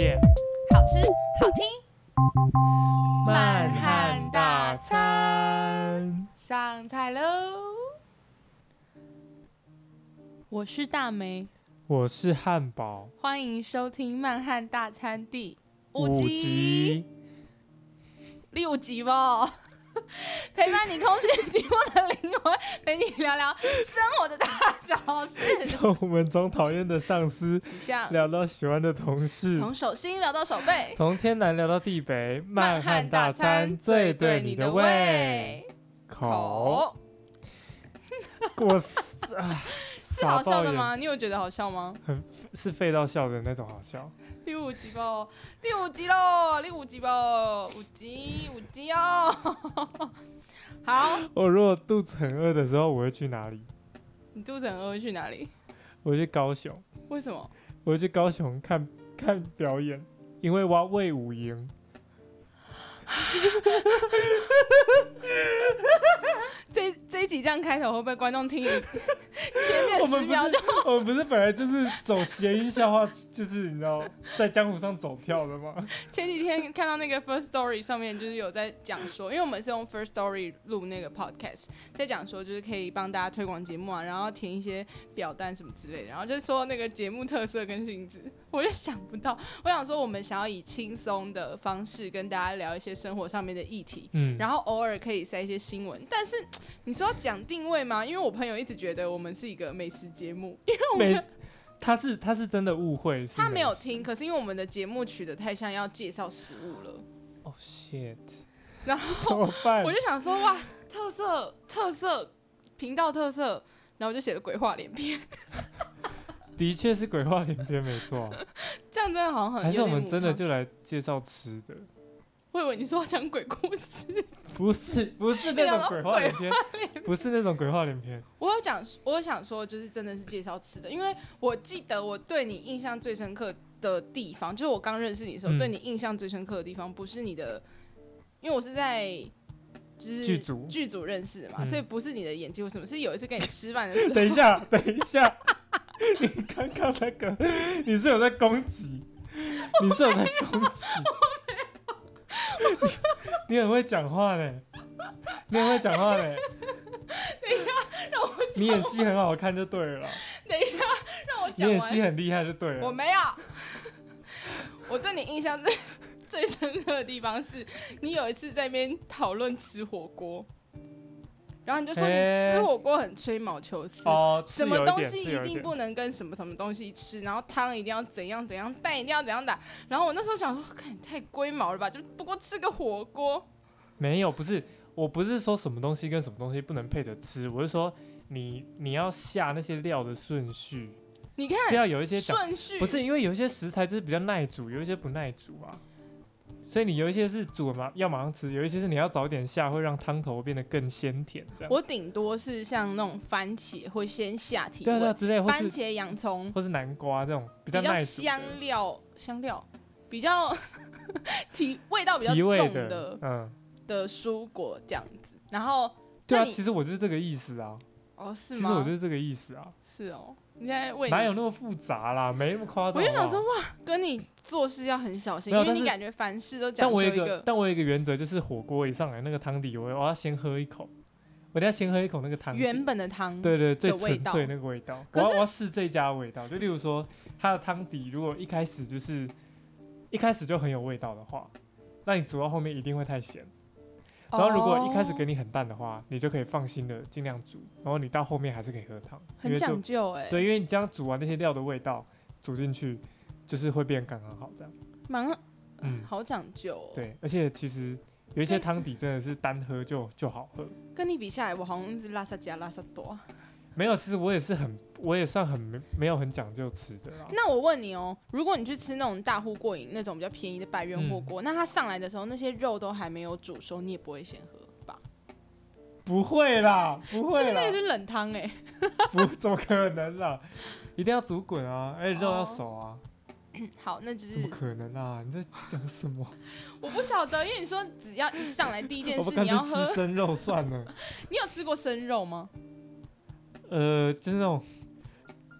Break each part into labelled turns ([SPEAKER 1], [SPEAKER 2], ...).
[SPEAKER 1] 耶、
[SPEAKER 2] 好吃好听。
[SPEAKER 1] 慢
[SPEAKER 2] 慢
[SPEAKER 1] 汉
[SPEAKER 2] 汉
[SPEAKER 1] 大
[SPEAKER 2] 大
[SPEAKER 1] 餐。
[SPEAKER 2] 上菜喽！我是大梅，
[SPEAKER 1] 我是汉堡
[SPEAKER 2] 欢迎收听《曼汉大餐》第五集、
[SPEAKER 1] 集，
[SPEAKER 2] 六集吧。 陪伴你空虚寂寞的灵魂，陪你聊聊生活的大小事，
[SPEAKER 1] 让 我们从讨厌的上司
[SPEAKER 2] 像
[SPEAKER 1] 聊到喜欢的同事，
[SPEAKER 2] 从手心聊到手背，
[SPEAKER 1] 从天南聊到地北，
[SPEAKER 2] 曼
[SPEAKER 1] 慢
[SPEAKER 2] 汉
[SPEAKER 1] 汉
[SPEAKER 2] 大
[SPEAKER 1] 大
[SPEAKER 2] 餐
[SPEAKER 1] 餐
[SPEAKER 2] 最
[SPEAKER 1] 最
[SPEAKER 2] 对
[SPEAKER 1] 对
[SPEAKER 2] 你
[SPEAKER 1] 你
[SPEAKER 2] 的
[SPEAKER 1] 的
[SPEAKER 2] 胃
[SPEAKER 1] 胃口。。我是啊，
[SPEAKER 2] 是
[SPEAKER 1] 傻
[SPEAKER 2] 好笑
[SPEAKER 1] 爆
[SPEAKER 2] 的
[SPEAKER 1] 眼，
[SPEAKER 2] 吗？你有觉得好笑吗？
[SPEAKER 1] 是废到笑的那种好笑。
[SPEAKER 2] 第五集吧，第五集喽，第五集吧，五集五集哦。 好，
[SPEAKER 1] 我如果肚子很饿的时候，我会去哪里？
[SPEAKER 2] 你肚子很饿会去哪里？
[SPEAKER 1] 我会去高雄，
[SPEAKER 2] 为什么？
[SPEAKER 1] 我会去高雄看看表演，因为我要魏武营。
[SPEAKER 2] 这这一集这样开头会不会观众听 前面
[SPEAKER 1] 我
[SPEAKER 2] 十
[SPEAKER 1] 们不是
[SPEAKER 2] 秒就
[SPEAKER 1] 我们不是本来就是走谐音笑话，就是你知道在江湖上走跳的吗？
[SPEAKER 2] 前几天看到那个 First Story 上面就是有在讲说，因为我们是用 First Story 录那个 podcast，在讲说就是可以帮大家推广节目啊，然后填一些表单什么之类的，然后就说那个节目特色跟性质，我就想不到，我想说我们想要以轻松的方式跟大家聊一些生活上面的议题，
[SPEAKER 1] 嗯，
[SPEAKER 2] 然后偶尔可以塞一些新闻，但是你说要讲定位吗？因为我朋友一直觉得我们是一个美食节目，因为我
[SPEAKER 1] 每
[SPEAKER 2] 们
[SPEAKER 1] 他是他是真的误会，是
[SPEAKER 2] 他没有
[SPEAKER 1] 美食
[SPEAKER 2] 听，可是因为我们的节目取得太像要介绍食物了。
[SPEAKER 1] 哦、shit，
[SPEAKER 2] 然
[SPEAKER 1] 后怎么办
[SPEAKER 2] 我？就想说，哇，特色特色频道特色，然后我就写了鬼话连篇，
[SPEAKER 1] 的确是鬼话连篇，没错 啊、
[SPEAKER 2] 这样真的好像很
[SPEAKER 1] 还是
[SPEAKER 2] 哦有
[SPEAKER 1] 我
[SPEAKER 2] 点
[SPEAKER 1] 们
[SPEAKER 2] 母
[SPEAKER 1] 真的
[SPEAKER 2] 汤，
[SPEAKER 1] 就来介绍吃的，
[SPEAKER 2] 我以为你说要讲鬼故事，
[SPEAKER 1] 不是不是那种鬼话连篇，不是那种鬼话连篇。
[SPEAKER 2] 我有讲，我有想说，就是真的是介绍吃的，因为我记得我对你印象最深刻的地方，就是我刚认识你的时候，
[SPEAKER 1] 嗯
[SPEAKER 2] 对你印象最深刻的地方，不是你的，因为我是在。就是
[SPEAKER 1] 剧组
[SPEAKER 2] 剧组认识的嘛，
[SPEAKER 1] 嗯
[SPEAKER 2] 所以不是你的演技或什么，是有一次跟你吃饭的时候，
[SPEAKER 1] 等一下，等一下， 你刚刚那个你是有在攻击，你是有在攻击，你你很会讲话嘞，你很会讲话嘞，
[SPEAKER 2] 让我
[SPEAKER 1] 你演戏很好看就对了啦，
[SPEAKER 2] 等一下，让我
[SPEAKER 1] 你
[SPEAKER 2] 讲
[SPEAKER 1] 演
[SPEAKER 2] 完
[SPEAKER 1] 戏。很厉害就对
[SPEAKER 2] 我
[SPEAKER 1] 了。
[SPEAKER 2] 没有。 我对你印象最最深刻的地方是，你有一次在那边讨论吃火锅，然后你就说你
[SPEAKER 1] 欸
[SPEAKER 2] 吃火锅很吹毛求疵。
[SPEAKER 1] 哦，是
[SPEAKER 2] 什么
[SPEAKER 1] 有
[SPEAKER 2] 东
[SPEAKER 1] 点
[SPEAKER 2] 西
[SPEAKER 1] 是
[SPEAKER 2] 一
[SPEAKER 1] 有
[SPEAKER 2] 定
[SPEAKER 1] 点
[SPEAKER 2] 不能跟什么什么东西吃，然后汤一定要怎样怎样，蛋一定要怎样打。然后我那时候想说，看你太龟毛了吧，就不过吃个火锅。
[SPEAKER 1] 没有，不是，我不是说什么东西跟什么东西不能配着吃，我是说你你要下那些料的顺序
[SPEAKER 2] 你看
[SPEAKER 1] 是要有一些讲
[SPEAKER 2] 顺序
[SPEAKER 1] 不是因为有一些食材就是比较耐煮，有一些不耐煮啊，所以你有一些是煮嘛要马上吃，有一些是你要早点下，会让汤头变得更鲜甜这样。
[SPEAKER 2] 我顶多是像那种番茄会先下体
[SPEAKER 1] 对啊对啊，
[SPEAKER 2] 味，
[SPEAKER 1] 之类或
[SPEAKER 2] 番
[SPEAKER 1] 是
[SPEAKER 2] 茄洋葱，
[SPEAKER 1] 或是南瓜这种比
[SPEAKER 2] 比
[SPEAKER 1] 较耐煮的
[SPEAKER 2] 香料，香料比较 提味道比较
[SPEAKER 1] 提味
[SPEAKER 2] 重
[SPEAKER 1] 的
[SPEAKER 2] 的，
[SPEAKER 1] 嗯，
[SPEAKER 2] 的蔬果这样子。然后
[SPEAKER 1] 对啊，
[SPEAKER 2] 那你
[SPEAKER 1] 其实我就是这个意思啊，
[SPEAKER 2] 哦，是
[SPEAKER 1] 其
[SPEAKER 2] 吗？
[SPEAKER 1] 实我就是这个意思啊，
[SPEAKER 2] 是哦，你现在问
[SPEAKER 1] 哪
[SPEAKER 2] 你
[SPEAKER 1] 有那么复杂啦，没那么夸张。
[SPEAKER 2] 我就想说
[SPEAKER 1] 好不好，
[SPEAKER 2] 哇，跟你做事要很小心，
[SPEAKER 1] 没
[SPEAKER 2] 因
[SPEAKER 1] 有
[SPEAKER 2] 为
[SPEAKER 1] 但
[SPEAKER 2] 你
[SPEAKER 1] 是
[SPEAKER 2] 感觉凡事都讲
[SPEAKER 1] 但
[SPEAKER 2] 究
[SPEAKER 1] 我有
[SPEAKER 2] 一
[SPEAKER 1] 一个
[SPEAKER 2] 个，
[SPEAKER 1] 但我有一个原则，就是火锅一上来那个汤底，我我要先喝一口，我等一下先喝一口那个汤底。
[SPEAKER 2] 原本的汤。
[SPEAKER 1] 对对，最
[SPEAKER 2] 嗯的味
[SPEAKER 1] 纯粹
[SPEAKER 2] 道
[SPEAKER 1] 那个味道。
[SPEAKER 2] 可
[SPEAKER 1] 我要
[SPEAKER 2] 是
[SPEAKER 1] 我要试这家的味道，就例如说它的汤底，如果一开始就是一开始就很有味道的话，那你煮到后面一定会太咸。然后如果一开始给
[SPEAKER 2] 你
[SPEAKER 1] 你很淡的话，你就可以放心的尽量煮，然后你到后面还是可以喝汤，因
[SPEAKER 2] 很
[SPEAKER 1] 为
[SPEAKER 2] 讲
[SPEAKER 1] 就
[SPEAKER 2] 究哎，
[SPEAKER 1] 对，因为你这样煮完那些料的味道煮进去，就是会变刚刚好这样。
[SPEAKER 2] 蛮
[SPEAKER 1] 嗯，
[SPEAKER 2] 好讲究哦。
[SPEAKER 1] 对，而且其实有一些
[SPEAKER 2] 跟
[SPEAKER 1] 汤底真的是单喝就就好喝。
[SPEAKER 2] 跟你比下来，我好像是拉萨加拉萨多。
[SPEAKER 1] 没有，其实我也是很，我也算很没没有很讲究吃的啦。
[SPEAKER 2] 那我问你哦，如果你去吃那种大户过瘾那种比较便宜的百元
[SPEAKER 1] 嗯
[SPEAKER 2] 火锅，那它上来的时候那些肉都还没有煮熟，你也不会先喝吧？
[SPEAKER 1] 不会啦，不
[SPEAKER 2] 就
[SPEAKER 1] 会
[SPEAKER 2] 是那
[SPEAKER 1] 啦
[SPEAKER 2] 个，就是冷汤哎、
[SPEAKER 1] 不， 怎么可能啦？一定要煮滚啊，而且肉要熟啊，
[SPEAKER 2] 好，那只
[SPEAKER 1] 怎么
[SPEAKER 2] 哦是
[SPEAKER 1] 可能啊？你在讲 什么？
[SPEAKER 2] 我不晓得，因为你说只要一上来第一件
[SPEAKER 1] 我
[SPEAKER 2] 事
[SPEAKER 1] 们干
[SPEAKER 2] 你要
[SPEAKER 1] 脆
[SPEAKER 2] 喝
[SPEAKER 1] 吃，生肉算了。
[SPEAKER 2] 你有吃过生肉吗？
[SPEAKER 1] 呃，就是那种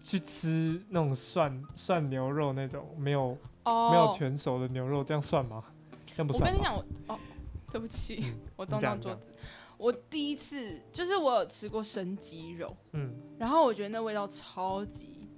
[SPEAKER 1] 去吃那种涮涮牛肉那种没有
[SPEAKER 2] 哦，
[SPEAKER 1] 没有全熟的牛肉，这样算吗？这样不
[SPEAKER 2] 我
[SPEAKER 1] 算
[SPEAKER 2] 跟你
[SPEAKER 1] 吧。
[SPEAKER 2] 讲，我哦，对不起，
[SPEAKER 1] 嗯
[SPEAKER 2] 我
[SPEAKER 1] 你
[SPEAKER 2] 动动
[SPEAKER 1] 讲你
[SPEAKER 2] 桌
[SPEAKER 1] 讲
[SPEAKER 2] 子。我第一次就是我有吃过生鸡肉，
[SPEAKER 1] 嗯，
[SPEAKER 2] 然后我觉得那味道超级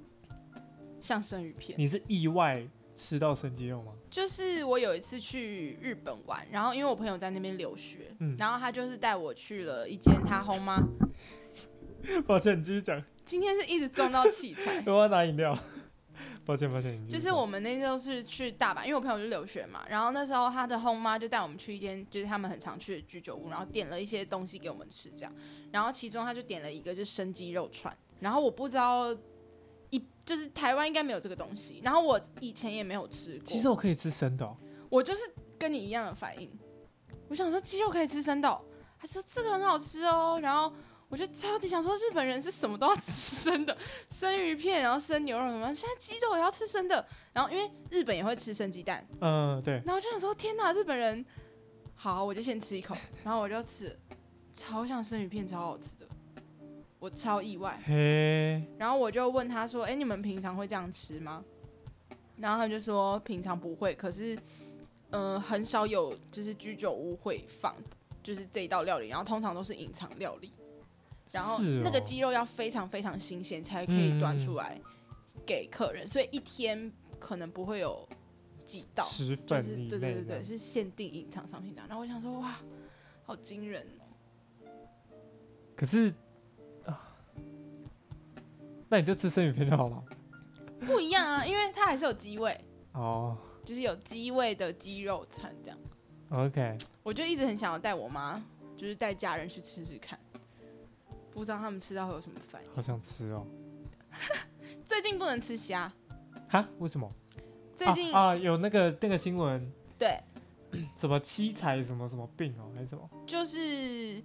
[SPEAKER 2] 像生鱼片。
[SPEAKER 1] 你是意外吃到生鸡肉吗？
[SPEAKER 2] 就是我有一次去日本玩，然后因为我朋友在那边留学，
[SPEAKER 1] 嗯
[SPEAKER 2] 然后他就是带我去了一间他后妈。
[SPEAKER 1] 抱歉，你继续讲，，
[SPEAKER 2] 今天是一直撞到器材
[SPEAKER 1] 我要拿饮料。 抱歉，抱歉，你继续
[SPEAKER 2] 就是
[SPEAKER 1] 讲
[SPEAKER 2] 我们那时候是去大阪，因为我朋友是留学嘛，然后那时候他的后妈就带我们去一间就是他们很常去的居酒屋，然后点了一些东西给我们吃，这样，然后其中他就点了一个就是生鸡肉串，然后我不知道一就是台湾应该没有这个东西，然后我以前也没有吃过，
[SPEAKER 1] 鸡肉可以吃生的哦、
[SPEAKER 2] 我就是跟你一样的反应，我想说鸡肉可以吃生的哦、他说这个很好吃哦，然后我就超级想说日本人是什么都要吃生的， 生鱼片，然后生牛肉什么，现在鸡肉也要吃生的，然后因为日本也会吃生鸡蛋，
[SPEAKER 1] 嗯，对，
[SPEAKER 2] 然后我就想说天哪，日本人好，我就先吃一口，然后我就吃，超像生鱼片，超好吃的，我超意外。
[SPEAKER 1] 嘿，
[SPEAKER 2] 然后我就问他说：“哎、你们平常会这样吃吗？”然后他就说：“平常不会，可是，嗯、很少有就是居酒屋会放，就是这一道料理，然后通常都是隐藏料理，然后
[SPEAKER 1] 是哦嗯
[SPEAKER 2] 那个鸡肉要非常非常新鲜才可以端出来给客人，所以一天可能不会有几道，
[SPEAKER 1] 十
[SPEAKER 2] 就
[SPEAKER 1] 份
[SPEAKER 2] 是
[SPEAKER 1] 以内
[SPEAKER 2] 对对对
[SPEAKER 1] 这样
[SPEAKER 2] 对，是限定隐藏商品档。然后我想说，哇，好惊人哦！
[SPEAKER 1] 可是啊，那你就吃生鱼片就好了。
[SPEAKER 2] 不一样啊，因为它还是有鸡味，
[SPEAKER 1] 哦
[SPEAKER 2] 就是有鸡味的鸡肉串这样。”
[SPEAKER 1] ，OK，
[SPEAKER 2] 我就一直很想要带我妈，就是带家人去吃吃看，不知道他们吃到会有什么反
[SPEAKER 1] 好想吃哦。
[SPEAKER 2] 应。最近不能吃虾，
[SPEAKER 1] 哈？为什么？
[SPEAKER 2] 最近、
[SPEAKER 1] 啊啊有那个那个新闻，
[SPEAKER 2] 对，
[SPEAKER 1] 什么七彩什么什么病哦，还是什么？
[SPEAKER 2] 就是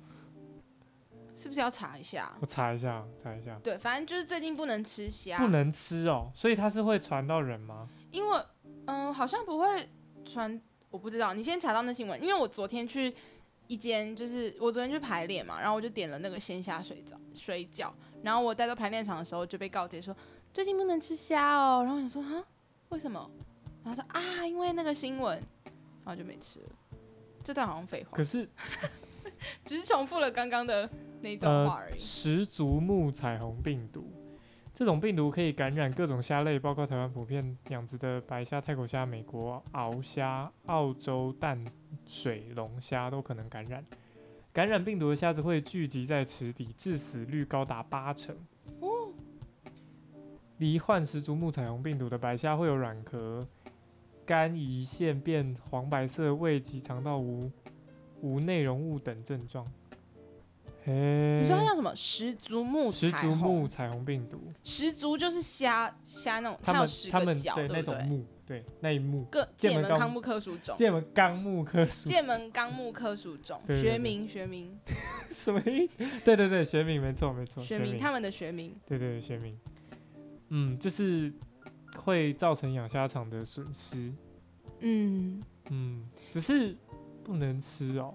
[SPEAKER 2] 是不是要查一下？
[SPEAKER 1] 我查一下，查一下。
[SPEAKER 2] 对，反正就是最近不能吃虾，
[SPEAKER 1] 不，能吃哦，所以它是会传到人吗？
[SPEAKER 2] 因为嗯、好像不会传，我不知道。你先查到那新闻，因为我昨天去一间，就是我昨天去排练嘛，然后我就点了那个鲜虾水饺，水饺，然后我带到排练场的时候就被告诫说最近不能吃虾哦，然后我想说哈，为什么？然后说啊，因为那个新闻，然后就没吃了。这段好像废话
[SPEAKER 1] 可，是
[SPEAKER 2] 只是重复了刚刚的那一段话
[SPEAKER 1] 呃
[SPEAKER 2] 而，已。
[SPEAKER 1] 十足目彩虹病毒这种病毒可以感染各种虾类，包括台湾普遍养殖的白虾、泰国虾、美国鳌虾、澳洲淡水龙虾都可能感染。感染病毒的虾子会聚集在池底，致死率高达八成。
[SPEAKER 2] 哦，
[SPEAKER 1] 罹患十足目彩虹病毒的白虾会有软壳、肝胰腺变黄白色、胃及肠道无无内容物等症状。嘿，
[SPEAKER 2] 你说它叫什么？十足木
[SPEAKER 1] 十
[SPEAKER 2] 彩
[SPEAKER 1] 足目
[SPEAKER 2] 虹，
[SPEAKER 1] 彩虹病毒，
[SPEAKER 2] 十足就是虾虾那种，
[SPEAKER 1] 他
[SPEAKER 2] 它有
[SPEAKER 1] 们
[SPEAKER 2] 十
[SPEAKER 1] 他
[SPEAKER 2] 个
[SPEAKER 1] 们
[SPEAKER 2] 角，
[SPEAKER 1] 对
[SPEAKER 2] 不
[SPEAKER 1] 那种目，对那一目，
[SPEAKER 2] 各
[SPEAKER 1] 剑
[SPEAKER 2] 界
[SPEAKER 1] 门
[SPEAKER 2] 门
[SPEAKER 1] 纲
[SPEAKER 2] 纲目科属种，
[SPEAKER 1] 剑门纲目科属
[SPEAKER 2] 界门纲目科属种，
[SPEAKER 1] 对对对
[SPEAKER 2] 学名学名
[SPEAKER 1] 什么意？对对对，哦学名没错没错，
[SPEAKER 2] 学
[SPEAKER 1] 名
[SPEAKER 2] 名，他们的学名
[SPEAKER 1] 对对对学名，嗯，就是会造成养虾场的损失，
[SPEAKER 2] 嗯，
[SPEAKER 1] 嗯，只是不能吃哦，